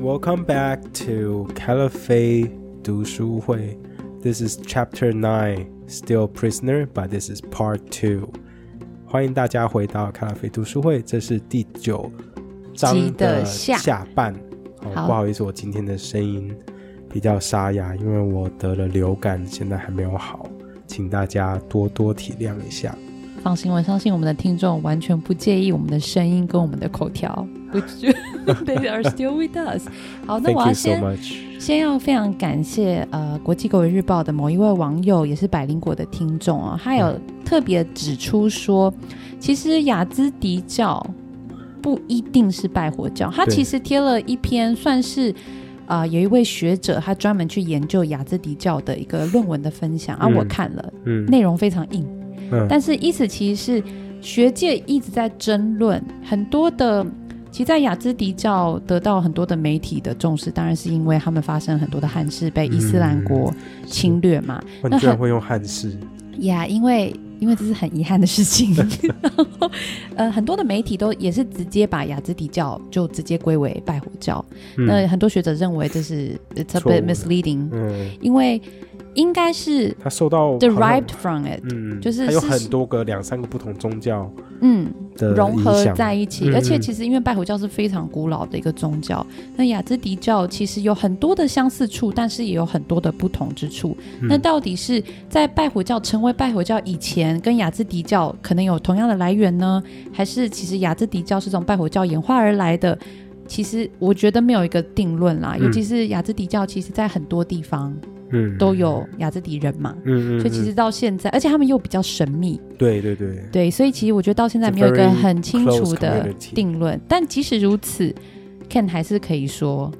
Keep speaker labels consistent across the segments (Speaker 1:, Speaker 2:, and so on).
Speaker 1: Welcome back to Caliphate 读书会. This is Chapter Nine, Still Prisoner, but this is Part Two. 欢迎大家回到卡拉菲读书会，这是第九章的
Speaker 2: 集的下
Speaker 1: 下半。哦
Speaker 2: 好
Speaker 1: 不好意思，我今天的声音比较沙哑，因为我得了流感，现在还没有好，请大家多多体谅一下。
Speaker 2: 放心，我相信我们的听众完全不介意我们的声音跟我们的口 条。Which they are still with us。好，那
Speaker 1: Thank
Speaker 2: 我要
Speaker 1: you so
Speaker 2: 先
Speaker 1: much.
Speaker 2: 先要非常感谢呃国际狗语日报的某一位网友，也是百灵果的听众哦，他有特别指出说，其实雅兹迪教不一定是拜火教，他
Speaker 1: 对
Speaker 2: 其实贴了一篇算是。啊、有一位学者，他专门去研究雅兹迪教的一个论文的分享啊，
Speaker 1: 嗯
Speaker 2: 我看了，
Speaker 1: 嗯，
Speaker 2: 内容非常硬，
Speaker 1: 嗯
Speaker 2: 但是意思其实是学界一直在争论，很多的，其实在雅兹迪教得到很多的媒体的重视，当然是因为他们发生很多的汉事被伊斯兰国
Speaker 1: 嗯
Speaker 2: 侵略嘛。
Speaker 1: 哇哦你
Speaker 2: 那
Speaker 1: 居然
Speaker 2: 很
Speaker 1: 会用汉式，
Speaker 2: 呀、因为因为这是很遗憾的事 情，然后呃，很多的媒体都也是直接把雅兹迪教就直接归为拜火教。
Speaker 1: 嗯
Speaker 2: 那很多学者认为这是 it's a
Speaker 1: 错误的
Speaker 2: bit misleading，、
Speaker 1: 嗯，
Speaker 2: 因为应该是
Speaker 1: 他受到好像
Speaker 2: derived from it，
Speaker 1: 嗯，
Speaker 2: 就是
Speaker 1: 它有
Speaker 2: 是
Speaker 1: 很多个两三个不同宗教
Speaker 2: 嗯。
Speaker 1: 的
Speaker 2: 融合
Speaker 1: 影响
Speaker 2: 在一起，
Speaker 1: 嗯
Speaker 2: 而且
Speaker 1: 嗯
Speaker 2: 其实因为拜火教是非常古老的一个宗教，那雅兹迪教其实有很多的相似处，但是也有很多的不同之处。
Speaker 1: 嗯
Speaker 2: 那到底是在拜火教成为拜火教以前，跟雅兹迪教可能有同样的来源呢，还是其实雅兹迪教是从拜火教演化而来的？其实我觉得没有一个定论啦，
Speaker 1: 嗯
Speaker 2: 尤其是雅兹迪教，其实在很多地方
Speaker 1: 嗯
Speaker 2: 都有雅兹迪人嘛，
Speaker 1: 嗯嗯，
Speaker 2: 所以其实到现在，而且他们又比较神秘，
Speaker 1: 嗯对对对，
Speaker 2: 对，所以其实我觉得到现在
Speaker 1: It's a
Speaker 2: 没有一个
Speaker 1: very
Speaker 2: 很清楚
Speaker 1: close
Speaker 2: 的
Speaker 1: community
Speaker 2: 定论，但即使如此，Ken 还是可以说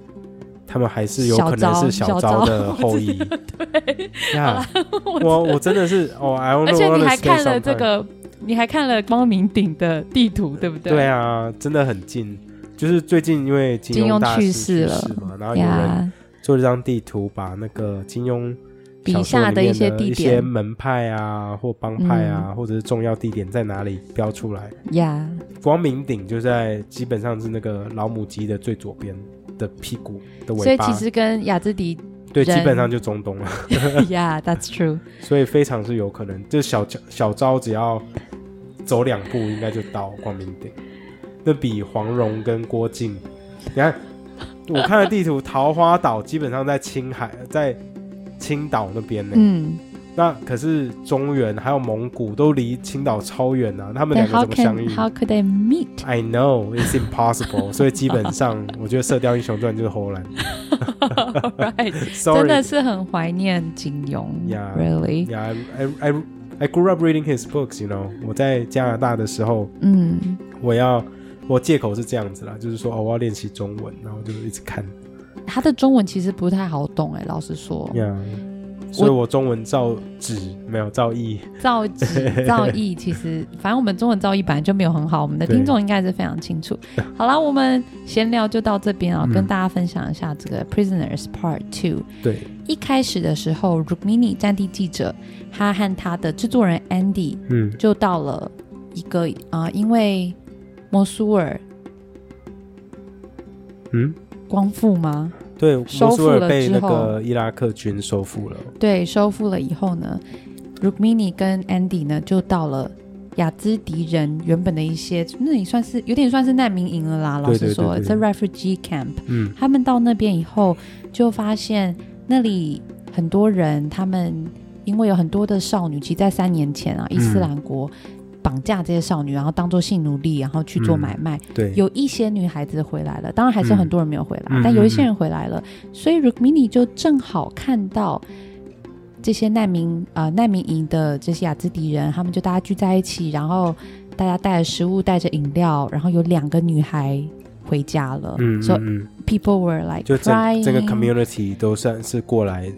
Speaker 1: 他们还是有可能是
Speaker 2: 小
Speaker 1: 小
Speaker 2: 昭。
Speaker 1: 昭的后裔
Speaker 2: 对，
Speaker 1: 呀， 我我真的是哦，I don't know
Speaker 2: 而且你还
Speaker 1: honestly
Speaker 2: 看了这
Speaker 1: sometimes
Speaker 2: 个，你还看了光明顶的地图，对不对？
Speaker 1: 对啊，真的很近。就是最近因为金
Speaker 2: 金
Speaker 1: 庸
Speaker 2: 庸
Speaker 1: 大师
Speaker 2: 去世
Speaker 1: 世
Speaker 2: 了
Speaker 1: 嘛，然后啊有人
Speaker 2: 呀，
Speaker 1: 做了张地图，把那个金庸
Speaker 2: 笔
Speaker 1: 小说
Speaker 2: 下
Speaker 1: 里
Speaker 2: 的
Speaker 1: 面
Speaker 2: 一些地
Speaker 1: 一
Speaker 2: 点嗯
Speaker 1: 些门派啊，或帮派啊，或者是重要地点在哪里标出来。
Speaker 2: 呀，
Speaker 1: 光明顶就在基本上是那个老母鸡的最左边的屁股的
Speaker 2: 所
Speaker 1: 尾
Speaker 2: 以
Speaker 1: 巴，
Speaker 2: 其实跟雅兹 迪
Speaker 1: 对，基
Speaker 2: 人
Speaker 1: 本上就中东了，
Speaker 2: 呀，That's true。
Speaker 1: 所以非常是有可能，就小小昭只要走两步应该就到光明顶，那比黄蓉跟郭靖，你看我看了地图，桃花岛基本上在青海，在青岛那边呢、
Speaker 2: 嗯，
Speaker 1: 那可是中原还有蒙古都离青岛超远啊，他们
Speaker 2: 但
Speaker 1: 两个
Speaker 2: How
Speaker 1: 怎么相
Speaker 2: can
Speaker 1: 遇？
Speaker 2: How could they meet？
Speaker 1: I know it's impossible，所以 基本上我觉得《射雕英雄传》就是侯 兰。
Speaker 2: Right，真
Speaker 1: Sorry，
Speaker 2: 的是很怀念金庸
Speaker 1: Yeah
Speaker 2: ，Really？
Speaker 1: yeah, I, I I I grew up reading his books. You know，我在加拿大的时候，
Speaker 2: 嗯，
Speaker 1: 我要我借口是这样子啦，就是说哦，我要练习中文，然后就一直看。
Speaker 2: 他的中文其实不太好懂哎，老实说。
Speaker 1: Yeah，所以我中文造纸没有造诣。
Speaker 2: 造诣造诣，其实反正我们中文造诣本来就没有很好，我们的
Speaker 1: 对
Speaker 2: 听众应该是非常清楚。好啦，我们闲聊就到这边啊、
Speaker 1: 嗯
Speaker 2: 跟大家分享一下这个《Prisoners Part Two》。
Speaker 1: 对，
Speaker 2: 一开始的时候，Rukmini 战地记者，他和他的制作人 Andy
Speaker 1: 嗯，
Speaker 2: 就到了一个啊、呃因为摩苏尔
Speaker 1: 嗯
Speaker 2: 光复吗？
Speaker 1: 对，
Speaker 2: 收
Speaker 1: 摩苏
Speaker 2: 复
Speaker 1: 尔
Speaker 2: 了
Speaker 1: 被
Speaker 2: 之
Speaker 1: 那
Speaker 2: 后
Speaker 1: 个伊拉克军收复了。
Speaker 2: 对，收复了以后呢，Rukmini 跟 Andy 呢就到了雅兹迪人原本的一些，那也算是有点算是难民营了啦。老
Speaker 1: 对
Speaker 2: 实
Speaker 1: 对
Speaker 2: 说
Speaker 1: 对
Speaker 2: ，It's
Speaker 1: 对
Speaker 2: a refugee camp。
Speaker 1: 嗯
Speaker 2: 他们到那边以后，就发现那里很多人，他们因为有很多的少女，其实在三年前啊，伊斯
Speaker 1: 嗯
Speaker 2: 兰国。绑架这些少女，然后当做性奴隶，然后去做
Speaker 1: 嗯
Speaker 2: 买卖。
Speaker 1: 对，
Speaker 2: 有一些女孩子回来了，当然还是有很多人没有回来，
Speaker 1: 嗯
Speaker 2: 但有一些人回来了，所以 Rukmini 就正好看到这些难民啊、呃、难民营的这些雅兹迪人，他们就大家聚在一起，然后大家带着食物，带着饮料，然后有两个女孩回家了，
Speaker 1: 嗯
Speaker 2: so
Speaker 1: 嗯嗯，
Speaker 2: people were like
Speaker 1: 就整
Speaker 2: crying，
Speaker 1: 整个 community 都算是过来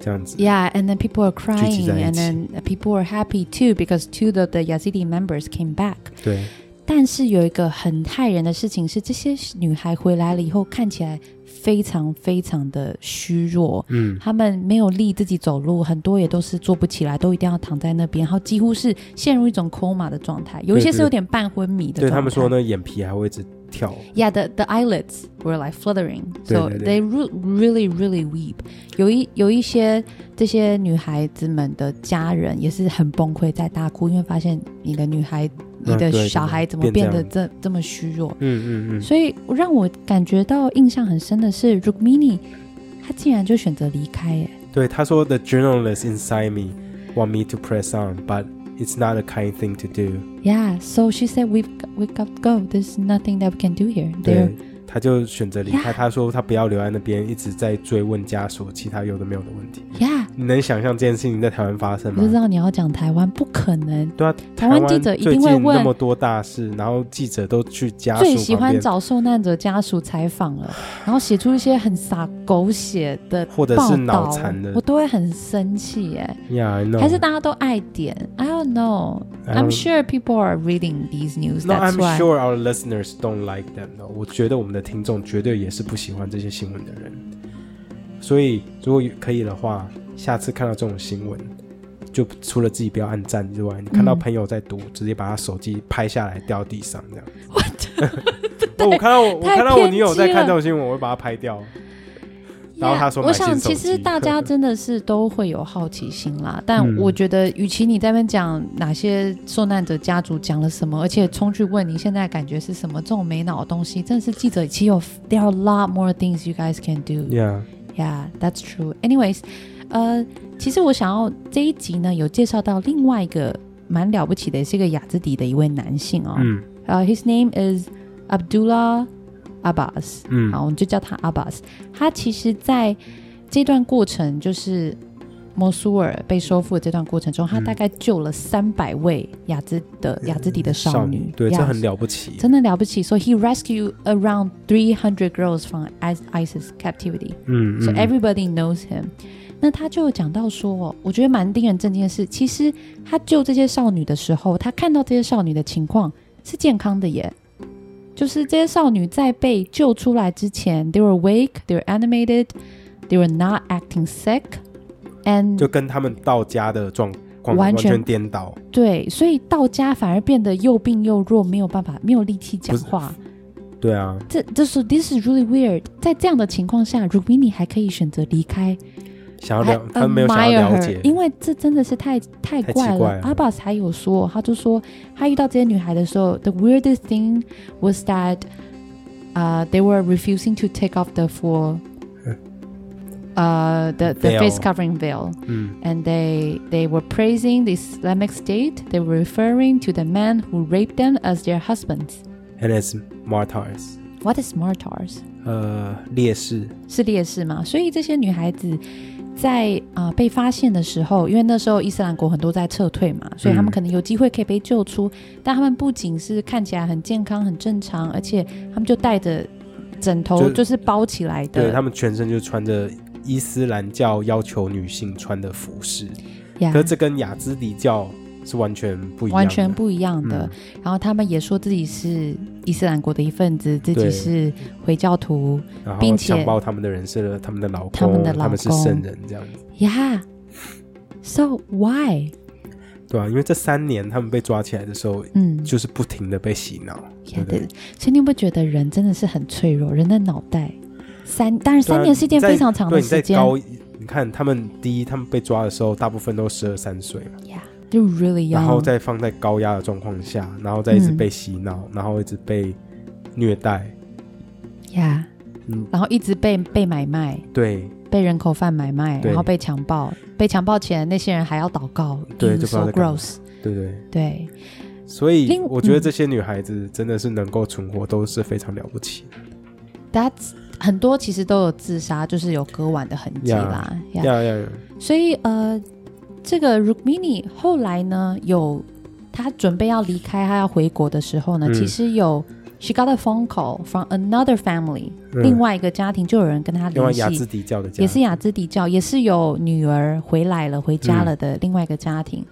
Speaker 1: 这样子。
Speaker 2: Yeah, and then people are
Speaker 1: 聚集
Speaker 2: crying,
Speaker 1: 在一
Speaker 2: and
Speaker 1: 起
Speaker 2: then people are happy too because two of the Yazidi members came back.
Speaker 1: 对，
Speaker 2: 但是有一个很害人的事情是，这些女孩回来了以后，看起来非常非常的虚弱，
Speaker 1: 嗯，
Speaker 2: 她们没有力自己走路，很多也都是坐不起来，都一定要躺在那边，然后几乎是陷入一些是有点半昏迷的状态，有一些是有点半昏迷的
Speaker 1: 对
Speaker 2: 状态。
Speaker 1: 他们说，呢，眼皮还会一直跳。
Speaker 2: Yeah, the the eyelids were like fluttering, so
Speaker 1: 对，对，对。
Speaker 2: they re- really really weep. 有一有一些这些女孩子们的家人也是很崩溃，在大哭，因为发现你的女孩、你的
Speaker 1: 嗯对
Speaker 2: 小孩
Speaker 1: 对
Speaker 2: 怎么变得
Speaker 1: 变
Speaker 2: 这这么虚弱。
Speaker 1: 嗯嗯嗯，
Speaker 2: 所以让我感觉到印象很深的是，Rukmini，她竟然就选择离开耶。
Speaker 1: 对，他说 The journalist inside me want me to press on, but it's not a kind thing to do。
Speaker 2: Yeah, so she said we've got- we've got to go. There's nothing that we can do here.
Speaker 1: 对
Speaker 2: They're，
Speaker 1: 他就选择离开。
Speaker 2: Yeah
Speaker 1: 他说他不要留在那边，一直在追问家属其他有的没有的问题。
Speaker 2: yeah，
Speaker 1: 你能想象这件事情在台湾发生
Speaker 2: 我就知
Speaker 1: 吗？
Speaker 2: 道你要讲台湾，不可能。
Speaker 1: 对啊，
Speaker 2: 台湾
Speaker 1: 台
Speaker 2: 记者一
Speaker 1: 最
Speaker 2: 定会
Speaker 1: 近那
Speaker 2: 问
Speaker 1: 么多大事，然后记者都去家属
Speaker 2: 最喜
Speaker 1: 旁
Speaker 2: 欢
Speaker 1: 边，
Speaker 2: 找受难者家属采访了，然后写出一些很洒狗血 的
Speaker 1: 或者
Speaker 2: 报
Speaker 1: 是
Speaker 2: 道
Speaker 1: 脑残的
Speaker 2: 我。都会很生气耶。
Speaker 1: Yeah, I know.
Speaker 2: 还是大家都爱点？I don't know.
Speaker 1: I
Speaker 2: I'm
Speaker 1: don't-
Speaker 2: sure people are reading these news.
Speaker 1: No,
Speaker 2: That's
Speaker 1: I'm
Speaker 2: why.
Speaker 1: sure our listeners don't like them. No, 我觉得我们的听众绝对也是不喜欢这些新闻的人。所以，如果可以的话，下次看到这种新闻，就除了自己不要按赞之外，你看到
Speaker 2: 嗯
Speaker 1: 朋友在读，直接把他手机拍下来掉地上这样。
Speaker 2: What?
Speaker 1: 哦我看到我我
Speaker 2: 太
Speaker 1: 看到我
Speaker 2: 偏
Speaker 1: 女友在
Speaker 2: 激
Speaker 1: 看
Speaker 2: 了
Speaker 1: 这种新闻，我会把它拍掉。然后他说
Speaker 2: Yeah，
Speaker 1: 买
Speaker 2: 我
Speaker 1: 新
Speaker 2: 想
Speaker 1: 手
Speaker 2: 其实
Speaker 1: 机
Speaker 2: 大家真的是都会有好奇心啦，但
Speaker 1: 嗯
Speaker 2: 我觉得，与其你在那边讲哪些受难者家族讲了什么，而且冲去问你现在感觉是什么，这种没脑的东西，真的是记者其实有 there are a lot more things you guys can do。
Speaker 1: Yeah，
Speaker 2: Yeah, that's true. Anyways，呃，其实我想要这一集呢，有介绍到另外一个蛮了不起的，也是一个雅兹迪的一位男性哦。
Speaker 1: 嗯
Speaker 2: 呃、h i s name is Abdullah Abbas。
Speaker 1: 嗯
Speaker 2: 好，我们就叫他 Abbas。他其实在这段过程，就是摩苏尔被收复的这段过程中，他
Speaker 1: 嗯
Speaker 2: 大概救了三百位雅兹的雅兹迪的少女。
Speaker 1: 嗯对，这
Speaker 2: Yeah，
Speaker 1: 很了不起。
Speaker 2: 真的了不起。So he rescued around 300 girls from IS- ISIS captivity.
Speaker 1: 嗯
Speaker 2: So
Speaker 1: 嗯
Speaker 2: everybody knows him、那他就有讲到说，哦我觉得蛮令人震惊的是，其实他救这些少女的时候，他看到这些少女的情况是健康的耶。就是这些少女在被救出来之前，they were awake, they were animated, they were not acting sick, and
Speaker 1: 就跟他们到家的状况
Speaker 2: 完
Speaker 1: 完
Speaker 2: 全
Speaker 1: 全颠倒。
Speaker 2: 对，所以到家反而变得又病又弱，没有办法，没有力气讲
Speaker 1: 不是
Speaker 2: 话。
Speaker 1: 对啊，
Speaker 2: 这这是 this is really weird。在这样的情况下，Rubini 还可以选择离开，
Speaker 1: 想要
Speaker 2: 还
Speaker 1: 了，他们没有想
Speaker 2: admire
Speaker 1: 要了
Speaker 2: her，
Speaker 1: 解。
Speaker 2: 因为这真的是太太
Speaker 1: 太奇
Speaker 2: 怪
Speaker 1: 怪
Speaker 2: 了。
Speaker 1: 了
Speaker 2: 阿巴斯还有说，他就说他遇到这些女孩的时候，the weirdest thing was that，呃、t h e y were refusing to take off the full，呃、the the
Speaker 1: Veil Mm.
Speaker 2: face covering veil。
Speaker 1: 嗯。
Speaker 2: and they they were praising the Islamic State. They were referring to the men who raped them as their husbands.
Speaker 1: and as martyrs，
Speaker 2: What is martyrs？
Speaker 1: 呃，烈士，
Speaker 2: 是烈士嘛？所以这些女孩子在啊、呃被发现的时候，因为那时候伊斯兰国很多在撤退嘛，所以他们
Speaker 1: 嗯
Speaker 2: 可能有机会可以被救出。但他们不仅是看起来很健康、很正常，而且他们就带着枕头
Speaker 1: 就
Speaker 2: 就是包起来
Speaker 1: 对
Speaker 2: 的
Speaker 1: 他，们全身就穿着伊斯兰教要求女性穿的服饰，
Speaker 2: 呀
Speaker 1: 可是这跟雅兹迪教是完全不一样的，
Speaker 2: 完全不一样的。
Speaker 1: 嗯
Speaker 2: 然后他们也说自己是伊斯兰国的一份子，自己
Speaker 1: 对
Speaker 2: 是回教徒。
Speaker 1: 嗯然后
Speaker 2: 并且
Speaker 1: 强暴他们的人是他们的老公，
Speaker 2: 他们的老公
Speaker 1: 他们是圣人这样子，
Speaker 2: Yeah. So why?
Speaker 1: 对啊，因为这三年他们被抓起来的时候，
Speaker 2: 嗯，
Speaker 1: 就是不停的被洗脑，对
Speaker 2: 也
Speaker 1: 不对
Speaker 2: 啊对。所以你有没有觉得人真的是很脆弱？人的脑袋三，当然
Speaker 1: 对啊
Speaker 2: 三年是一件
Speaker 1: 你在
Speaker 2: 非常长的
Speaker 1: 对，你在
Speaker 2: 时间
Speaker 1: 高，你看他们第一，他们被抓的时候，大部分都十二三岁嘛，
Speaker 2: ，Yeah，就 really
Speaker 1: 然后
Speaker 2: young。
Speaker 1: 再放在高压的状况下，然后再一直
Speaker 2: 嗯
Speaker 1: 被洗脑，然后一直被虐待，
Speaker 2: Yeah，
Speaker 1: 嗯，
Speaker 2: 然后一直被被买卖，
Speaker 1: 对
Speaker 2: 被人口贩买卖，
Speaker 1: 对
Speaker 2: 然后被强暴，被强暴前那些人还要祷告，
Speaker 1: 对
Speaker 2: Ew，
Speaker 1: 就不知
Speaker 2: so
Speaker 1: 道在干嘛
Speaker 2: gross。
Speaker 1: 对对，
Speaker 2: 对，
Speaker 1: 所以
Speaker 2: 另嗯
Speaker 1: 我觉得这些女孩子真的是能够存活，都是非常了不起。
Speaker 2: That's 很多其实都有自杀，就是有割腕的痕迹
Speaker 1: Yeah，
Speaker 2: 啦。Yeah，
Speaker 1: 要要要，
Speaker 2: 所以呃，这个 Rukmini 后来呢，有他准备要离开，他要回国的时候呢，
Speaker 1: 嗯
Speaker 2: 其实有 she got a phone call from another family，、
Speaker 1: 嗯
Speaker 2: 另外一个家庭就有人跟他
Speaker 1: 另外
Speaker 2: 联
Speaker 1: 雅兹
Speaker 2: 系，
Speaker 1: 迪教的家
Speaker 2: 也是雅兹迪教，也是有女儿回来了、回家了
Speaker 1: 嗯
Speaker 2: 的另外一个家庭。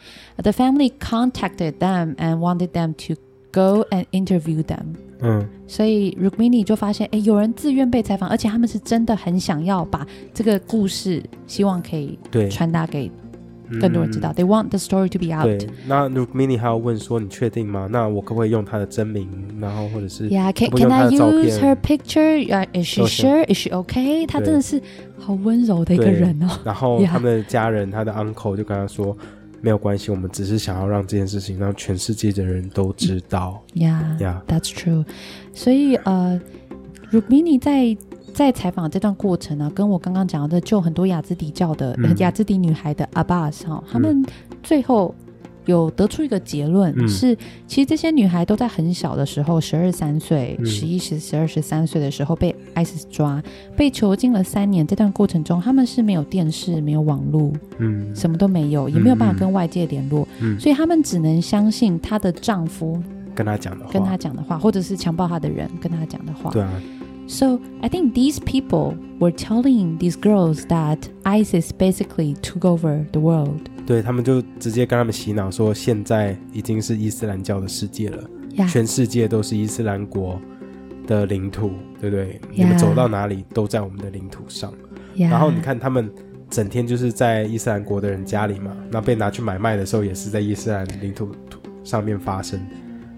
Speaker 2: The family contacted them and wanted them to go and interview them。
Speaker 1: 嗯，
Speaker 2: 所以 Rukmini 就发现，哎，有人自愿被采访，而且他们是真的很想要把这个故事，希望可以
Speaker 1: 对嗯
Speaker 2: 传达给更多人知道。They want the story to be
Speaker 1: 对
Speaker 2: out.，
Speaker 1: 那 Rukmini 还有问说你确定吗？那我可不可以用她的真名，然后或者是
Speaker 2: Yeah, can
Speaker 1: 不用
Speaker 2: can
Speaker 1: 她
Speaker 2: I
Speaker 1: 的照片
Speaker 2: use her picture? Yeah, is she
Speaker 1: 都行
Speaker 2: sure? Is she okay? 她
Speaker 1: 对
Speaker 2: 真的是好温柔的一个
Speaker 1: 对
Speaker 2: 人哦。
Speaker 1: 然后
Speaker 2: Yeah
Speaker 1: 他们的家人，他的 uncle 就跟他说，没有关系，我们只是想要让这件事情让全世界的人都知道
Speaker 2: Yeah,
Speaker 1: 呀。
Speaker 2: that's true. 所以呃，Rukmini 在在采访这段过程呢、跟我刚刚讲的救很多雅兹迪教的、呃
Speaker 1: 嗯
Speaker 2: 雅兹迪女孩的阿巴斯哈，他们最后有得出一个结论、
Speaker 1: 嗯
Speaker 2: 是，其实这些女孩都在很小的时候，十二三岁、
Speaker 1: 嗯
Speaker 2: 十一、十、十二、十三岁的时候被 ISIS 抓，被囚禁了三年。这段过程中，他们是没有电视、没有网络，
Speaker 1: 嗯
Speaker 2: 什么都没有，也没有办法跟外界联络，
Speaker 1: 嗯，
Speaker 2: 所以他们只能相信她的丈夫
Speaker 1: 跟他讲的话，
Speaker 2: 跟他讲的话，或者是强暴他的人跟他讲的话。
Speaker 1: 对啊，
Speaker 2: So I think these people were telling these girls that ISIS basically took over the world.
Speaker 1: 对他们就直接跟他们洗脑说，现在已经是伊斯兰教的世界了，
Speaker 2: Yeah,
Speaker 1: 全世界都是伊斯兰国的领土，对不对？
Speaker 2: Yeah
Speaker 1: 你们走到哪里都在我们的领土上。
Speaker 2: yeah.
Speaker 1: 然后你看他们。整天就是在伊斯兰国的人家里嘛，那被拿去买卖的时候，也是在伊斯兰领土土上面发生，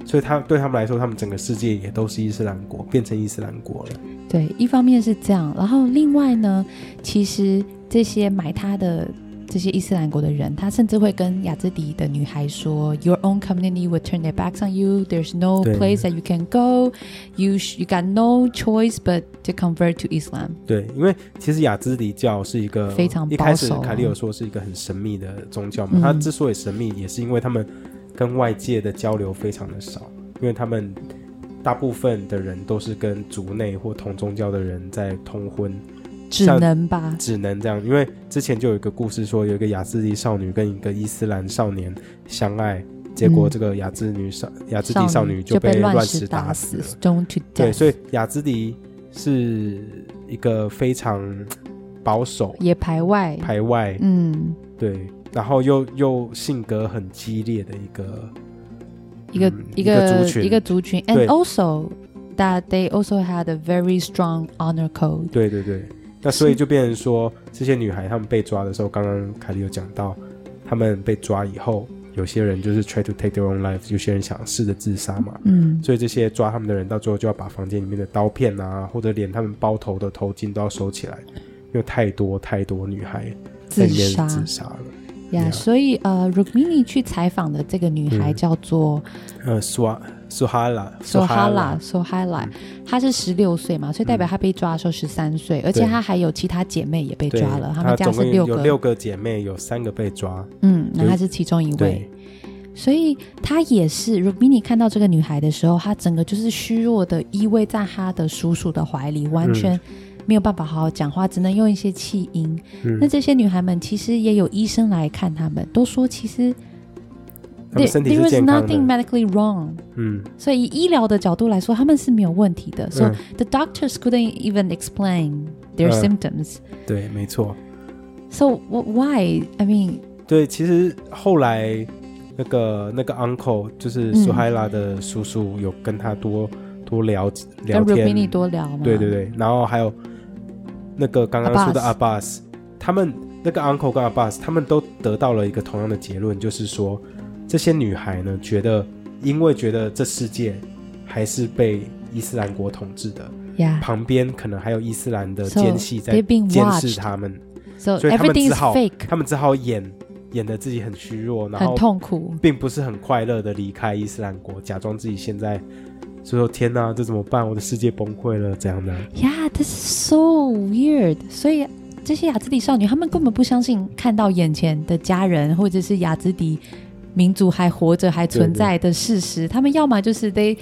Speaker 1: 所以他对他们来说，他们整个世界也都是伊斯兰国，变成伊斯兰国了。
Speaker 2: 对，一方面是这样，然后另外呢，其实这些买他的这些伊斯兰国的人，他甚至会跟雅兹迪的女孩说，Your own community will turn their backs on you. There's no
Speaker 1: 对
Speaker 2: place that you can go. You sh- you got no choice but to convert to Islam.
Speaker 1: 对，因为其实雅兹迪教是一个
Speaker 2: 非常
Speaker 1: 一开始
Speaker 2: 保守啊
Speaker 1: 凯利有说是一个很神秘的宗教嘛
Speaker 2: 嗯，
Speaker 1: 它之所以神秘，也是因为他们跟外界的交流非常的少，因为他们大部分的人都是跟族内或同宗教的人在通婚，
Speaker 2: 只
Speaker 1: 像
Speaker 2: 能吧？
Speaker 1: 只能这样，因为之前就有一个故事说，有一个雅兹迪少女跟一个伊斯兰少年相爱，结果这个雅兹女少雅兹迪少女
Speaker 2: 嗯就
Speaker 1: 被
Speaker 2: 乱
Speaker 1: 石
Speaker 2: 打
Speaker 1: 死了。
Speaker 2: ，stoned to death。
Speaker 1: 对，所以雅兹迪是一个非常保守、
Speaker 2: 也排外。
Speaker 1: 排外，
Speaker 2: 嗯，
Speaker 1: 对，然后又又性格很激烈的一个
Speaker 2: 一个、
Speaker 1: 嗯
Speaker 2: 一
Speaker 1: 一个
Speaker 2: 个
Speaker 1: 族群
Speaker 2: 一个族群，and
Speaker 1: 对
Speaker 2: also that they also had a very strong honor code。
Speaker 1: 对对对，那所以就变成说，这些女孩她们被抓的时候，刚刚凯莉有讲到，她们被抓以后，有些人就是 try to take their own life，有些人想试着自杀嘛，
Speaker 2: 嗯，
Speaker 1: 所以这些抓他们的人到最后就要把房间里面的刀片啊，或者连他们包头的头巾都要收起来，因为太多太多女孩在
Speaker 2: 自
Speaker 1: 里面
Speaker 2: 杀
Speaker 1: 自杀了。
Speaker 2: 呀，
Speaker 1: Yeah
Speaker 2: 所以呃，Rukmini 去采访的这个女孩
Speaker 1: 嗯
Speaker 2: 叫做
Speaker 1: 呃，苏哈苏哈拉
Speaker 2: Sohala Sohala，
Speaker 1: 嗯
Speaker 2: 她是十六岁嘛，所以代表她被抓的时候十三岁，而且
Speaker 1: 对
Speaker 2: 她还有其他姐妹也被
Speaker 1: 对，
Speaker 2: 抓了，她
Speaker 1: 她
Speaker 2: 们家
Speaker 1: 总
Speaker 2: 是
Speaker 1: 共
Speaker 2: 六
Speaker 1: 有
Speaker 2: 个，
Speaker 1: 六个姐妹，有三个被抓，
Speaker 2: 嗯，那
Speaker 1: 有
Speaker 2: 她是其中一位
Speaker 1: 对。
Speaker 2: 所以她也是，Rukmini 看到这个女孩的时候，她整个就是虚弱的依偎在她的叔叔的怀里，
Speaker 1: 嗯
Speaker 2: 完全没有办法好好讲话，只能用一些气音。
Speaker 1: 嗯
Speaker 2: 那这些女孩们其实也有医生来看她们，都说其实
Speaker 1: 她们
Speaker 2: there
Speaker 1: 身体
Speaker 2: there
Speaker 1: 是
Speaker 2: was
Speaker 1: 健康
Speaker 2: nothing
Speaker 1: 的。
Speaker 2: medically wrong。
Speaker 1: 嗯，
Speaker 2: 所以以医疗的角度来说，她们是没有问题的。So
Speaker 1: 嗯
Speaker 2: the doctors couldn't even explain their
Speaker 1: 嗯
Speaker 2: symptoms.
Speaker 1: 对，没错。
Speaker 2: So wh- why? I mean,
Speaker 1: 对，其实后来那个那个 uncle
Speaker 2: 嗯
Speaker 1: 就是苏海拉的叔叔，有跟他多、多聊聊
Speaker 2: 跟 Rukmini
Speaker 1: 天，
Speaker 2: 多聊嘛。
Speaker 1: 对对对，然后还有那个刚刚说的
Speaker 2: Abbas
Speaker 1: Abbas，他们那个 uncle 跟 Abbas，他们都得到了一个同样的结论，就是说这些女孩呢，觉得因为觉得这世界还是被伊斯兰国统治的，
Speaker 2: ，Yeah.
Speaker 1: 旁边可能还有伊斯兰的
Speaker 2: So
Speaker 1: 奸细在
Speaker 2: they've been
Speaker 1: 监视
Speaker 2: watched.
Speaker 1: 他们，
Speaker 2: So
Speaker 1: 所以他们
Speaker 2: everything
Speaker 1: 只
Speaker 2: is
Speaker 1: 好
Speaker 2: fake.
Speaker 1: 他们只好演演的自己很虚弱，然
Speaker 2: 很
Speaker 1: 后
Speaker 2: 痛苦。
Speaker 1: 并不是很快乐的离开伊斯兰国，假装自己现在就说天哪，这怎么办？我的世界崩溃了，怎样的？
Speaker 2: Yeah, this is so weird. 所以啊这些雅兹迪少女，她们根本不相信看到眼前的家人或者是雅兹迪民族还活着、还存在的事实。她们要么就是 they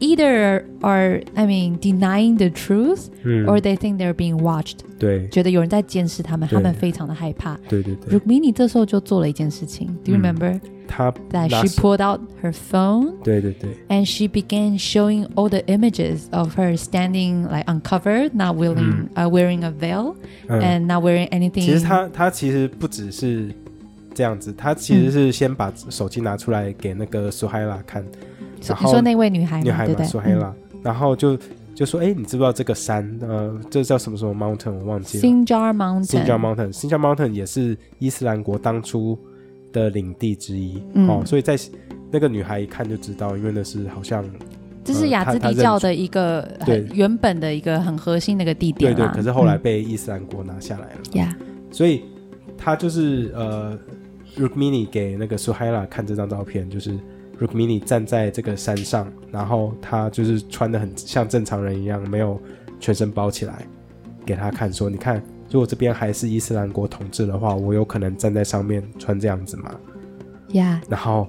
Speaker 2: either are I mean denying the truth,
Speaker 1: 嗯，
Speaker 2: or they think they're being watched，
Speaker 1: 对
Speaker 2: 觉得有人在监视他们，
Speaker 1: 对
Speaker 2: 他们非常的害怕。
Speaker 1: 对对对，
Speaker 2: Rukmini 这时候就做了一件事情，Do
Speaker 1: 嗯
Speaker 2: you remember、
Speaker 1: 他
Speaker 2: that
Speaker 1: 拿
Speaker 2: she
Speaker 1: 手
Speaker 2: pulled out her phone
Speaker 1: 对对对
Speaker 2: and she began showing all the images of her standing like uncovered, not
Speaker 1: Mm.
Speaker 2: wearing uh, wearing a veil
Speaker 1: 嗯，
Speaker 2: and not wearing anything.
Speaker 1: 其实他他其实不只是这样子，他其实是先把手机拿出来给那个苏海拉看，
Speaker 2: So-
Speaker 1: 然
Speaker 2: 你
Speaker 1: 后
Speaker 2: 说那位女孩吗？
Speaker 1: 女孩
Speaker 2: 嗯对不嗯
Speaker 1: 嘛，
Speaker 2: 对？
Speaker 1: 苏海拉，然后就就说：“哎、你知不知道这个山？呃，这叫什么什么 mountain？我忘记了。
Speaker 2: Sinjar Mountain，
Speaker 1: 新疆 mountain，新疆 mountain 也是伊斯兰国当初的领地之一、
Speaker 2: 嗯
Speaker 1: 哦，所以在那个女孩一看就知道，因为那是好像
Speaker 2: 这是
Speaker 1: 呃
Speaker 2: 雅
Speaker 1: 他
Speaker 2: 兹
Speaker 1: 他
Speaker 2: 迪
Speaker 1: 认
Speaker 2: 教
Speaker 1: 出
Speaker 2: 的一个很
Speaker 1: 对
Speaker 2: 原本的一个很核心的一个地点
Speaker 1: 对对，
Speaker 2: 啦
Speaker 1: 可是后来
Speaker 2: 嗯
Speaker 1: 被伊斯兰国拿下来了，
Speaker 2: 呀，
Speaker 1: 所以他就是呃，Rukmini 给那个 Suhaila 看这张照片，就是 Rukmini 站在这个山上，然后他就是穿的很像正常人一样，没有全身包起来，给他看说：你看，如果这边还是伊斯兰国统治的话，我有可能站在上面穿这样子吗？
Speaker 2: 呀
Speaker 1: 然后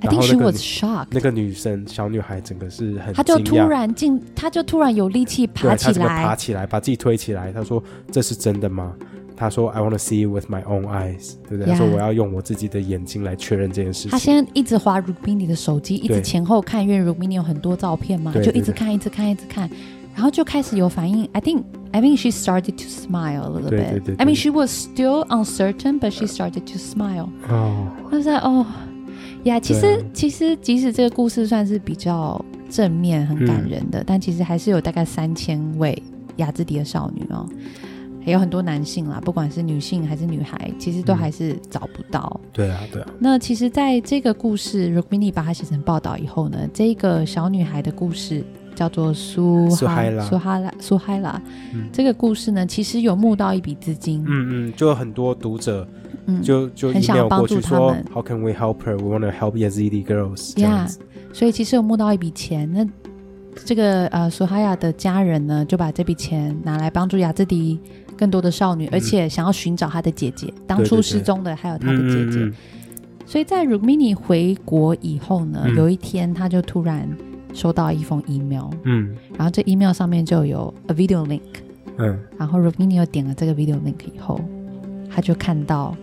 Speaker 2: I
Speaker 1: 然后
Speaker 2: think
Speaker 1: 那
Speaker 2: she
Speaker 1: 个
Speaker 2: was shocked。
Speaker 1: 那个女生小女孩整个是很
Speaker 2: 她就
Speaker 1: 惊
Speaker 2: 突
Speaker 1: 讶
Speaker 2: 然进，她就突然有力气
Speaker 1: 对
Speaker 2: 爬
Speaker 1: 她
Speaker 2: 起
Speaker 1: 整个爬
Speaker 2: 来。
Speaker 1: 起来，把自己推起来。她说：“这是真的吗？”她说：“I want to see with my own eyes，对不对？”她说：“
Speaker 2: Yeah
Speaker 1: 我要用我自己的眼睛来确认这件事
Speaker 2: 她
Speaker 1: 情。
Speaker 2: 先一直滑 Rukmini 的手机，一直
Speaker 1: 对
Speaker 2: 前后看，因为 Rukmini 有很多照片嘛，
Speaker 1: 对
Speaker 2: 就
Speaker 1: 对
Speaker 2: 一直
Speaker 1: 对
Speaker 2: 看，一直看，一直看，然后就开始有反应。I think I think she started to smile a little
Speaker 1: 对
Speaker 2: bit.
Speaker 1: 对对
Speaker 2: I mean
Speaker 1: 对
Speaker 2: she was still uncertain, but she started to smile. ”
Speaker 1: 哦，
Speaker 2: 那在哦，呀，其
Speaker 1: 对
Speaker 2: 实
Speaker 1: 啊
Speaker 2: 其实即使这个故事算是比较正面、很感
Speaker 1: 嗯
Speaker 2: 人的，但其实还是有大概三千位雅兹迪的少女哦，还有很多男性啦，不管是女性还是女孩，其实都
Speaker 1: 嗯
Speaker 2: 还是找不到。
Speaker 1: 对啊，对啊，
Speaker 2: 那其实，在这个故事 Rukmini 把它写成报道以后呢，这个小女孩的故事叫做苏
Speaker 1: 苏
Speaker 2: 哈
Speaker 1: 海拉
Speaker 2: 苏哈拉苏海拉
Speaker 1: 嗯，
Speaker 2: 这个故事呢，其实有募到一笔资金，
Speaker 1: 嗯嗯，就有很多读者
Speaker 2: 嗯
Speaker 1: 就就
Speaker 2: 很想
Speaker 1: email
Speaker 2: 帮
Speaker 1: 过
Speaker 2: 助
Speaker 1: 去
Speaker 2: 他
Speaker 1: 说
Speaker 2: 们
Speaker 1: ：“How can we help her? We want to help Yazidi girls。”这样
Speaker 2: Yeah
Speaker 1: 子，
Speaker 2: 所以其实有募到一笔钱，那这个呃索哈亚的家人呢，就把这笔钱拿来帮助雅兹迪更多的少
Speaker 1: 嗯
Speaker 2: 女，而且想要寻找她的姐姐，当初
Speaker 1: 对对
Speaker 2: 失踪的还有她的
Speaker 1: 嗯
Speaker 2: 姐
Speaker 1: 嗯
Speaker 2: 姐。
Speaker 1: 嗯，
Speaker 2: 所以在 Rumini 回国以后呢，
Speaker 1: 嗯
Speaker 2: 有一天她就突然收到一封 email，
Speaker 1: 嗯
Speaker 2: 然后这 email 上面就有 a video link，
Speaker 1: 嗯
Speaker 2: 然后 Rumini 又点了这个 video link 以后，她就看到。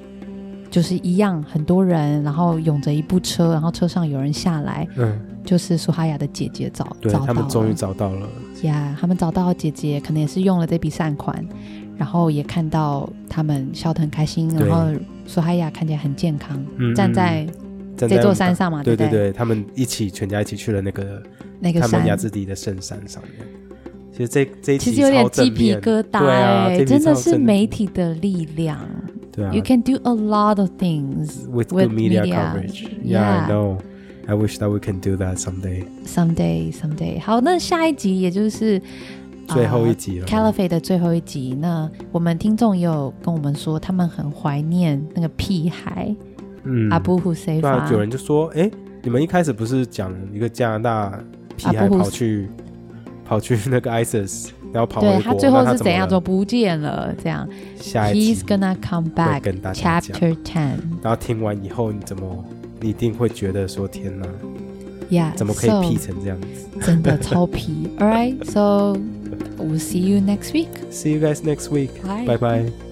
Speaker 2: 就是一样，很多人，然后涌着一部车，然后车上有人下来，
Speaker 1: 嗯，
Speaker 2: 就是苏哈雅的姐姐找
Speaker 1: 对
Speaker 2: 找到
Speaker 1: 他们终于
Speaker 2: 了
Speaker 1: 找到了，
Speaker 2: 呀他们找到姐姐，可能也是用了这笔善款，然后也看到他们笑得很开心，
Speaker 1: 对
Speaker 2: 然后苏哈雅看起来很健康，
Speaker 1: 嗯
Speaker 2: 站在
Speaker 1: 嗯站
Speaker 2: 这
Speaker 1: 在
Speaker 2: 座山上嘛，
Speaker 1: 对
Speaker 2: 不
Speaker 1: 对
Speaker 2: 对
Speaker 1: 对，他们一起全家一起去了那个
Speaker 2: 那个
Speaker 1: 他们雅
Speaker 2: 山。
Speaker 1: 兹迪的圣山上面。其实这这一集
Speaker 2: 其实有点
Speaker 1: 超正
Speaker 2: 鸡皮
Speaker 1: 面
Speaker 2: 疙瘩
Speaker 1: 对啊，
Speaker 2: 哎、
Speaker 1: 这集
Speaker 2: 真的
Speaker 1: 超
Speaker 2: 是
Speaker 1: 正
Speaker 2: 媒体的力量。
Speaker 1: 对啊
Speaker 2: You can do a lot of things
Speaker 1: with
Speaker 2: with
Speaker 1: good media,
Speaker 2: media.
Speaker 1: coverage. Yeah,
Speaker 2: Yeah.
Speaker 1: I know. I wish that we can do that someday.
Speaker 2: someday, someday。好，那下一集也就是
Speaker 1: 最后
Speaker 2: 呃
Speaker 1: 一集了
Speaker 2: Caliphate 的最后一集，那我们听众也有跟我们说，他们很怀念那个屁孩、
Speaker 1: 嗯，
Speaker 2: 阿布胡塞
Speaker 1: 对啊，
Speaker 2: 法
Speaker 1: 有，人就说，哎，你们一开始不是讲一个加拿大屁
Speaker 2: 阿
Speaker 1: 孩
Speaker 2: 布胡
Speaker 1: 跑去跑去那个 ISIS，然后跑回
Speaker 2: 对
Speaker 1: 国，
Speaker 2: 他最后
Speaker 1: 那
Speaker 2: 是
Speaker 1: 么
Speaker 2: 怎样，
Speaker 1: 了
Speaker 2: 怎么不见了？这样
Speaker 1: 下一
Speaker 2: ，He's
Speaker 1: 集
Speaker 2: gonna come
Speaker 1: 会
Speaker 2: back。
Speaker 1: 跟大家讲。
Speaker 2: Chapter Ten，Yeah，
Speaker 1: 然后听完以后，你怎么你一定会觉得说，天哪，怎么可以
Speaker 2: so,
Speaker 1: 劈成这样子
Speaker 2: 真的超皮。All right，so we'll see you next week。
Speaker 1: ？See you guys next week. Bye
Speaker 2: Bye.
Speaker 1: bye.